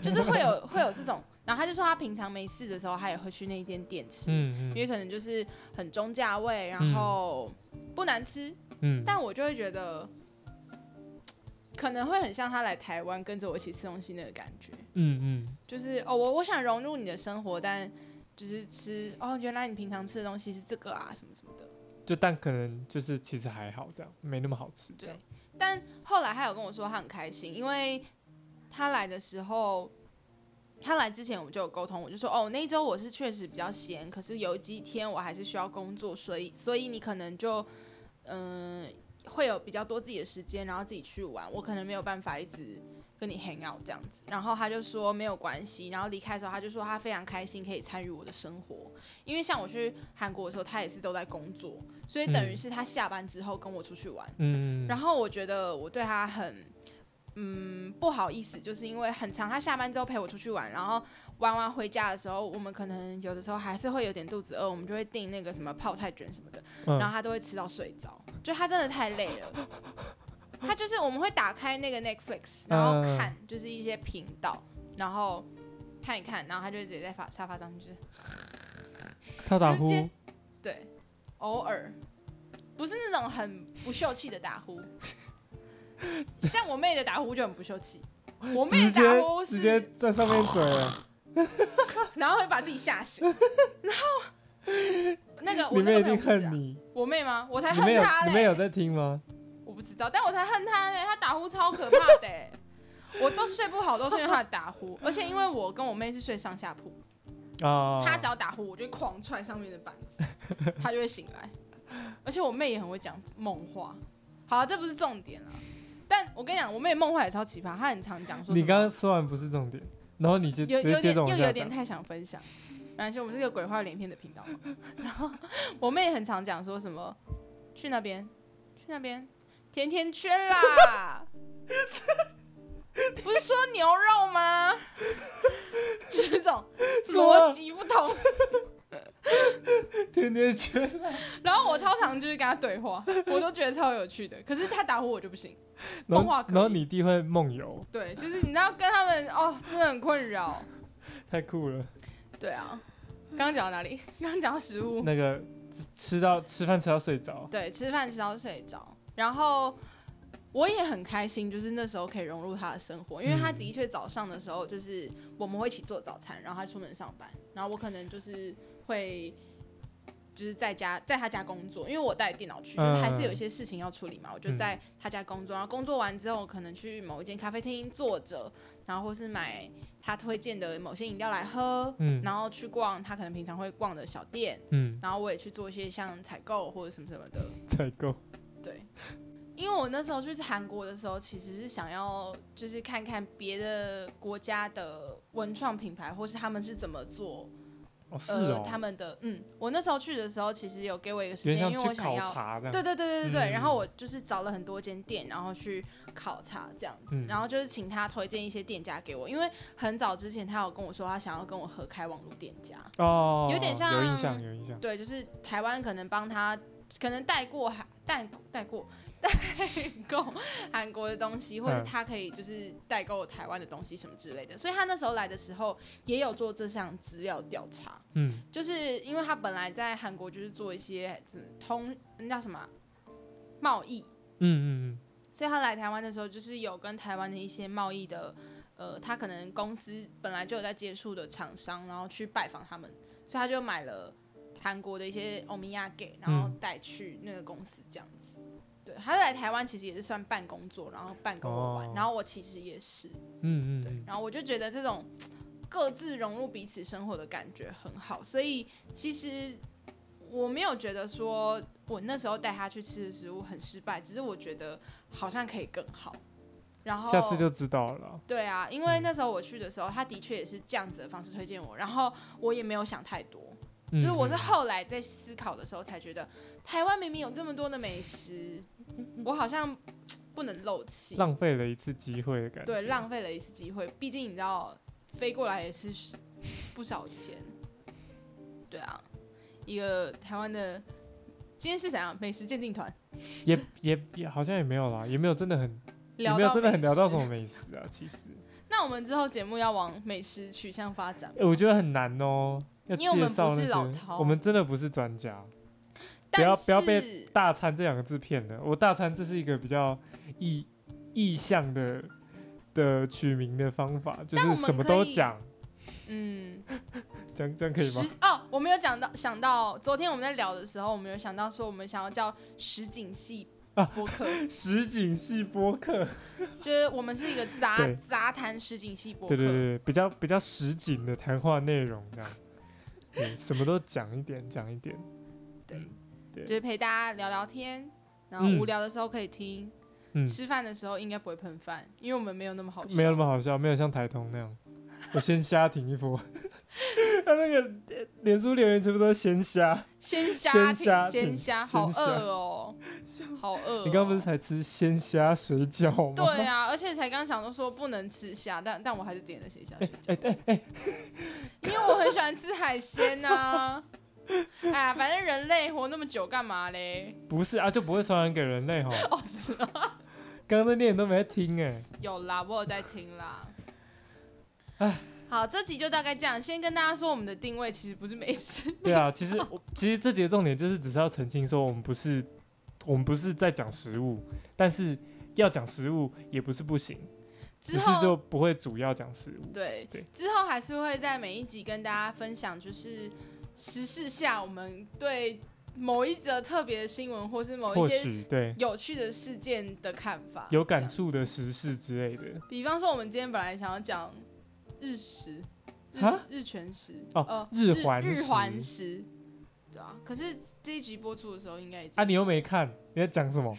[SPEAKER 2] 就是会有会有这种。然后他就说他平常没事的时候，他也会去那间店吃，
[SPEAKER 1] 嗯
[SPEAKER 2] 因
[SPEAKER 1] 嗯
[SPEAKER 2] 为可能就是很中价位，然后不难吃，
[SPEAKER 1] 嗯，
[SPEAKER 2] 但我就会觉得。可能会很像他来台湾跟着我一起吃东西那个感觉，
[SPEAKER 1] 嗯嗯
[SPEAKER 2] 就是哦，我我想融入你的生活，但就是吃哦，原来你平常吃的东西是这个啊，什么什么的。
[SPEAKER 1] 就但可能就是其实还好，这样没那么好吃，这
[SPEAKER 2] 对
[SPEAKER 1] 样。，
[SPEAKER 2] 但后来他有跟我说他很开心，因为他来的时候，他来之前我们就有沟通，我就说哦，那一周我是确实比较闲，可是有几天我还是需要工作，所以所以你可能就嗯、会有比较多自己的时间，然后自己去玩，我可能没有办法一直。跟你 hang out 这样子，然后他就说没有关系，然后离开的时候他就说他非常开心可以参与我的生活，因为像我去韩国的时候，他也是都在工作，所以等于
[SPEAKER 1] 嗯
[SPEAKER 2] 是他下班之后跟我出去玩，
[SPEAKER 1] 嗯，
[SPEAKER 2] 然
[SPEAKER 1] 后
[SPEAKER 2] 后我觉得我对他很，嗯，不好意思，就是因为很长，他下班之后陪我出去玩，然后玩完回家的时候，我们可能有的时候还是会有点肚子饿，我们就会订那个什么泡菜卷什么的，
[SPEAKER 1] 嗯
[SPEAKER 2] 然后他都会吃到睡着，就他真的太累了。他就是我们会打开那个 Netflix，然后看就是一些频道，然后看一看，然后他就会直接在发沙发上就是
[SPEAKER 1] 他打
[SPEAKER 2] 直
[SPEAKER 1] 呼，
[SPEAKER 2] 接对，偶尔，不是那种很不秀气的打 呼，像我妹的打呼就很不秀气。我妹的
[SPEAKER 1] 直接
[SPEAKER 2] 打呼
[SPEAKER 1] 直接
[SPEAKER 2] 是，
[SPEAKER 1] 在上面嘴了。
[SPEAKER 2] 然后会把自己吓醒，然后那个 我
[SPEAKER 1] 你
[SPEAKER 2] 那
[SPEAKER 1] 妹
[SPEAKER 2] 个朋
[SPEAKER 1] 一
[SPEAKER 2] 友
[SPEAKER 1] 定
[SPEAKER 2] 不是
[SPEAKER 1] 恨
[SPEAKER 2] 啊、
[SPEAKER 1] 你，
[SPEAKER 2] 我妹吗？我 才
[SPEAKER 1] 你
[SPEAKER 2] 啊恨
[SPEAKER 1] 妹有
[SPEAKER 2] 她
[SPEAKER 1] 你妹有
[SPEAKER 2] 嘞，
[SPEAKER 1] 在听吗？
[SPEAKER 2] 我不知道，但我才恨她嘞，她打呼超可怕的、欸，我都睡不好，都是因为她的打呼，而且因为我跟我妹是睡上下铺，
[SPEAKER 1] 啊，
[SPEAKER 2] 他只要打呼，我就会狂踹上面的板子， 他就会醒来。而且我妹也很会讲梦话。好、这不是重点啊。但我跟你讲，我妹梦话也超奇葩，她很常讲说什么。
[SPEAKER 1] 你刚刚说完不是重点，然后你就
[SPEAKER 2] 有
[SPEAKER 1] 直
[SPEAKER 2] 有
[SPEAKER 1] 接接
[SPEAKER 2] 点
[SPEAKER 1] 着
[SPEAKER 2] 又
[SPEAKER 1] 往
[SPEAKER 2] 有
[SPEAKER 1] 下
[SPEAKER 2] 点
[SPEAKER 1] 讲。
[SPEAKER 2] 太想分享，没关系，我们是一个鬼话连篇的频道嘛。 然后我妹很常讲说什么，去那边，去那边甜甜圈 啦，不是说牛肉吗？ 就是这种
[SPEAKER 1] 什么
[SPEAKER 2] 逻辑不通。
[SPEAKER 1] 甜甜 圈，
[SPEAKER 2] 然后我超常就是跟他对话，我都觉得超有趣的。可是他打呼我就不行，
[SPEAKER 1] 然
[SPEAKER 2] 梦
[SPEAKER 1] 后
[SPEAKER 2] 话可以
[SPEAKER 1] 然后你弟会梦游，
[SPEAKER 2] 对，就是你知道跟他们哦，真的很困扰。
[SPEAKER 1] 太酷了。
[SPEAKER 2] 对啊，刚刚讲到哪里？刚刚讲到食物，
[SPEAKER 1] 那个吃吃到吃饭吃到睡着，
[SPEAKER 2] 对，吃饭吃到睡着，然后。我也很开心，就是那时候可以融入他的生活，因为他
[SPEAKER 1] 嗯
[SPEAKER 2] 的确早上的时候就是我们会一起做早餐，然后他出门上班，然后我可能就是会就是在家在他家工作，因为我带电脑去，就是还
[SPEAKER 1] 嗯
[SPEAKER 2] 是有一些事情要处理嘛，我就在他家工作，然后工作完之后，我可能去某一间咖啡厅坐着，然后或是买他推荐的某些饮料来喝，
[SPEAKER 1] 嗯
[SPEAKER 2] 然后去逛他可能平常会逛的小店，
[SPEAKER 1] 嗯，
[SPEAKER 2] 然后我也去做一些像采购或者什么什么的，
[SPEAKER 1] 采购，
[SPEAKER 2] 对，因为我那时候去韩国的时候，其实是想要就是看看别的国家的文创品牌，或是他们是怎么做
[SPEAKER 1] 哦，是
[SPEAKER 2] 呃
[SPEAKER 1] 哦，
[SPEAKER 2] 他们的嗯，我那时候去的时候其实有给我一个时
[SPEAKER 1] 有点
[SPEAKER 2] 间，
[SPEAKER 1] 像
[SPEAKER 2] 因为
[SPEAKER 1] 去
[SPEAKER 2] 我想
[SPEAKER 1] 考
[SPEAKER 2] 要
[SPEAKER 1] 察这样。
[SPEAKER 2] 对对对对对对，
[SPEAKER 1] 嗯
[SPEAKER 2] 然后我就是找了很多间店，然后去考察这样子，
[SPEAKER 1] 嗯
[SPEAKER 2] 然后就是请他推荐一些店家给我，因为很早之前他有跟我说他想要跟我合开网络店家，
[SPEAKER 1] 哦，
[SPEAKER 2] 有点像
[SPEAKER 1] 有印象，有印象。
[SPEAKER 2] 对，就是台湾可能帮他可能带过韩带带过代购韩国的东西，或者
[SPEAKER 1] 嗯
[SPEAKER 2] 他可以就是代购台湾的东西什么之类的，所以他那时候来的时候也有做这项资料调查，
[SPEAKER 1] 嗯，
[SPEAKER 2] 就是因为他本来在韩国就是做一些嗯通那叫什么啊贸易。
[SPEAKER 1] 嗯嗯
[SPEAKER 2] 所以他来台湾的时候，就是有跟台湾的一些贸易的，呃，他可能公司本来就有在接触的厂商，然后去拜访他们，所以他就买了韩国的一些欧米亚给，然后带去那个公司这样子。对，他来台湾其实也是算半工作，然后半跟我玩，
[SPEAKER 1] 哦
[SPEAKER 2] 然后我其实也是，
[SPEAKER 1] 嗯嗯
[SPEAKER 2] 对
[SPEAKER 1] 嗯，
[SPEAKER 2] 然后我就觉得这种各自融入彼此生活的感觉很好，所以其实我没有觉得说我那时候带他去吃的食物很失败，只是我觉得好像可以更好。然
[SPEAKER 1] 嗯，
[SPEAKER 2] 后
[SPEAKER 1] 下次就嗯知道了啦。
[SPEAKER 2] 对啊，因为那时候我去的时候，他的确也是这样子的方式推荐我，然后我也没有想太多，
[SPEAKER 1] 就
[SPEAKER 2] 就是我是后来在思考的时候才觉得，台湾明明有这么多的美食，我好像不能漏气。
[SPEAKER 1] 浪费了一次机会的感觉。
[SPEAKER 2] 对，浪费了一次机会。毕竟你知道，飞过来也是不少钱。对啊，一个台湾的，今天是怎样？美食鉴定团
[SPEAKER 1] 也也也好像也没有啦，也没有真的很，也
[SPEAKER 2] 聊
[SPEAKER 1] 没有
[SPEAKER 2] 到
[SPEAKER 1] 真的很
[SPEAKER 2] 美
[SPEAKER 1] 聊到
[SPEAKER 2] 食
[SPEAKER 1] 什么。美食啊。其实，
[SPEAKER 2] 那我们之后节目要往美食取向发展吗，
[SPEAKER 1] 哎，我觉得很难哦。要
[SPEAKER 2] 因为我
[SPEAKER 1] 介
[SPEAKER 2] 们不
[SPEAKER 1] 绍
[SPEAKER 2] 是
[SPEAKER 1] 那
[SPEAKER 2] 老
[SPEAKER 1] 些
[SPEAKER 2] 饕
[SPEAKER 1] 我们真的不是专家。
[SPEAKER 2] 但
[SPEAKER 1] 要不要被
[SPEAKER 2] 是
[SPEAKER 1] 大餐这两个字骗了我，大餐这是一个比较意意向的的取名的方法，就
[SPEAKER 2] 但我
[SPEAKER 1] 是
[SPEAKER 2] 们
[SPEAKER 1] 什么
[SPEAKER 2] 可
[SPEAKER 1] 都
[SPEAKER 2] 以
[SPEAKER 1] 讲，
[SPEAKER 2] 嗯，
[SPEAKER 1] 这样这样可以
[SPEAKER 2] 十
[SPEAKER 1] 吗？
[SPEAKER 2] 哦，我们有讲到想到昨天我们在聊的时候，我们有想到说我们想要叫实景系
[SPEAKER 1] 啊
[SPEAKER 2] 播客，
[SPEAKER 1] 实景系播客，
[SPEAKER 2] 就是我们是一个杂
[SPEAKER 1] 对
[SPEAKER 2] 杂谈实景系播客。
[SPEAKER 1] 对对对，比较比较实景的谈话内容这样，对，什么都讲一点，讲一点，
[SPEAKER 2] 对，
[SPEAKER 1] 对
[SPEAKER 2] 就是陪大家聊聊天，然后
[SPEAKER 1] 嗯
[SPEAKER 2] 无聊的时候可以听，
[SPEAKER 1] 嗯，
[SPEAKER 2] 吃饭的时候应该不会喷饭，因为我们没有那么好笑，
[SPEAKER 1] 没有那么好笑，没有像台通那样，我先瞎停一波， 他那个呃脸书留言全部都是先瞎，
[SPEAKER 2] 鲜虾
[SPEAKER 1] 鲜
[SPEAKER 2] 挺
[SPEAKER 1] 虾
[SPEAKER 2] 鲜
[SPEAKER 1] 挺
[SPEAKER 2] 虾，
[SPEAKER 1] 鲜
[SPEAKER 2] 好
[SPEAKER 1] 虾
[SPEAKER 2] 饿 哦，好饿、哦。
[SPEAKER 1] 你刚刚不是才吃鲜虾水饺吗？
[SPEAKER 2] 对啊，而且才刚想说说不能吃虾，但但我还是点了鲜虾水饺，
[SPEAKER 1] 哎哎哎，
[SPEAKER 2] 因为我很喜欢吃海鲜呐、 哎呀，反正人类活那么久干嘛嘞？
[SPEAKER 1] 不是啊，就不会传染给人类哈。
[SPEAKER 2] 哦，是啊，
[SPEAKER 1] 刚刚那念都没在听哎、
[SPEAKER 2] 有啦，我有在听啦。好，这集就大概这样。先跟大家说，我们的定位其实不是美食
[SPEAKER 1] 对啊，其实我其实这节重点就是只是要澄清说，我们不是我们不是在讲食物，但是要讲食物也不是不行，
[SPEAKER 2] 之
[SPEAKER 1] 只是
[SPEAKER 2] 后
[SPEAKER 1] 就不会主要讲食物。
[SPEAKER 2] 对
[SPEAKER 1] 对
[SPEAKER 2] 之后还是会在每一集跟大家分享，就是时事下我们对某一则特别的新闻，或是某一
[SPEAKER 1] 或
[SPEAKER 2] 些
[SPEAKER 1] 许对
[SPEAKER 2] 有趣的事件的看法，
[SPEAKER 1] 有感
[SPEAKER 2] 这样。
[SPEAKER 1] 触的时事之类的
[SPEAKER 2] 比方说，我们今天本来想要讲日食、日
[SPEAKER 1] 啊
[SPEAKER 2] 日全食，
[SPEAKER 1] 哦
[SPEAKER 2] 呃，
[SPEAKER 1] 日
[SPEAKER 2] 日
[SPEAKER 1] 环
[SPEAKER 2] 日
[SPEAKER 1] 食
[SPEAKER 2] 环食，对啊。可是这一集播出的时候，应该已经、
[SPEAKER 1] 啊，你又没看，你在讲什么？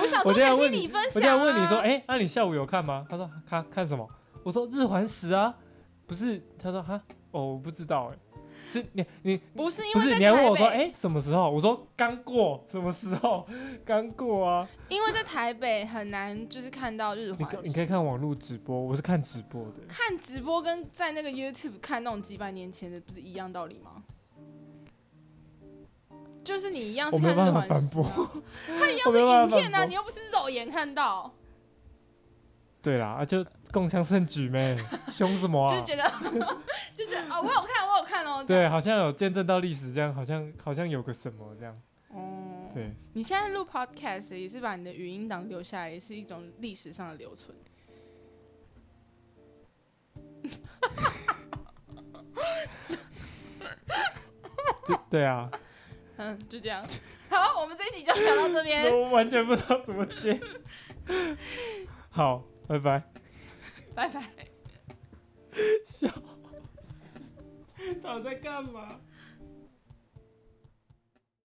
[SPEAKER 2] 我想说
[SPEAKER 1] 我
[SPEAKER 2] 可
[SPEAKER 1] 这样
[SPEAKER 2] 以
[SPEAKER 1] 问
[SPEAKER 2] 听
[SPEAKER 1] 你
[SPEAKER 2] 分
[SPEAKER 1] 我
[SPEAKER 2] 享、
[SPEAKER 1] 这
[SPEAKER 2] 啊。
[SPEAKER 1] 样问你说，哎、啊你下午有看吗？他说看看什么？我说日环食啊，不是？他说哈，哦，我不知道哎、是你你
[SPEAKER 2] 不是因
[SPEAKER 1] 不
[SPEAKER 2] 为
[SPEAKER 1] 是，
[SPEAKER 2] 在
[SPEAKER 1] 你还
[SPEAKER 2] 台
[SPEAKER 1] 问我
[SPEAKER 2] 北
[SPEAKER 1] 说，哎、什么时候？我说刚过，什么时候？刚过啊。
[SPEAKER 2] 因为在台北很难就是看到日
[SPEAKER 1] 你
[SPEAKER 2] 环
[SPEAKER 1] 可
[SPEAKER 2] 食。
[SPEAKER 1] 你可以看网络直播，我是看直播的。
[SPEAKER 2] 看直播跟在那个 YouTube 看那种几百年前的，不是一样道理吗？就是你一样是
[SPEAKER 1] 我没
[SPEAKER 2] 看
[SPEAKER 1] 有
[SPEAKER 2] 日
[SPEAKER 1] 办法
[SPEAKER 2] 环食、啊，
[SPEAKER 1] 反驳
[SPEAKER 2] 它一样
[SPEAKER 1] 我没
[SPEAKER 2] 是
[SPEAKER 1] 有办
[SPEAKER 2] 影
[SPEAKER 1] 法
[SPEAKER 2] 片啊，
[SPEAKER 1] 反驳
[SPEAKER 2] 你又不是肉眼看到，
[SPEAKER 1] 对啦，啊就共襄盛举呗，凶什么
[SPEAKER 2] 就
[SPEAKER 1] 啊？
[SPEAKER 2] 觉 得就觉得哦，我有看，我有看哦。这样，
[SPEAKER 1] 对，好像有见证到历史，这样好像好像有个什么这样。
[SPEAKER 2] 哦、
[SPEAKER 1] 对，
[SPEAKER 2] 你现在录 Podcast 也是把你的语音档留下来，也是一种历史上的留存。
[SPEAKER 1] 就对啊，
[SPEAKER 2] 嗯，就这样。好，我们这一集就聊到这边，
[SPEAKER 1] 我完全不知道怎么接。 好，拜拜。
[SPEAKER 2] 拜拜。
[SPEAKER 1] 到底在干嘛？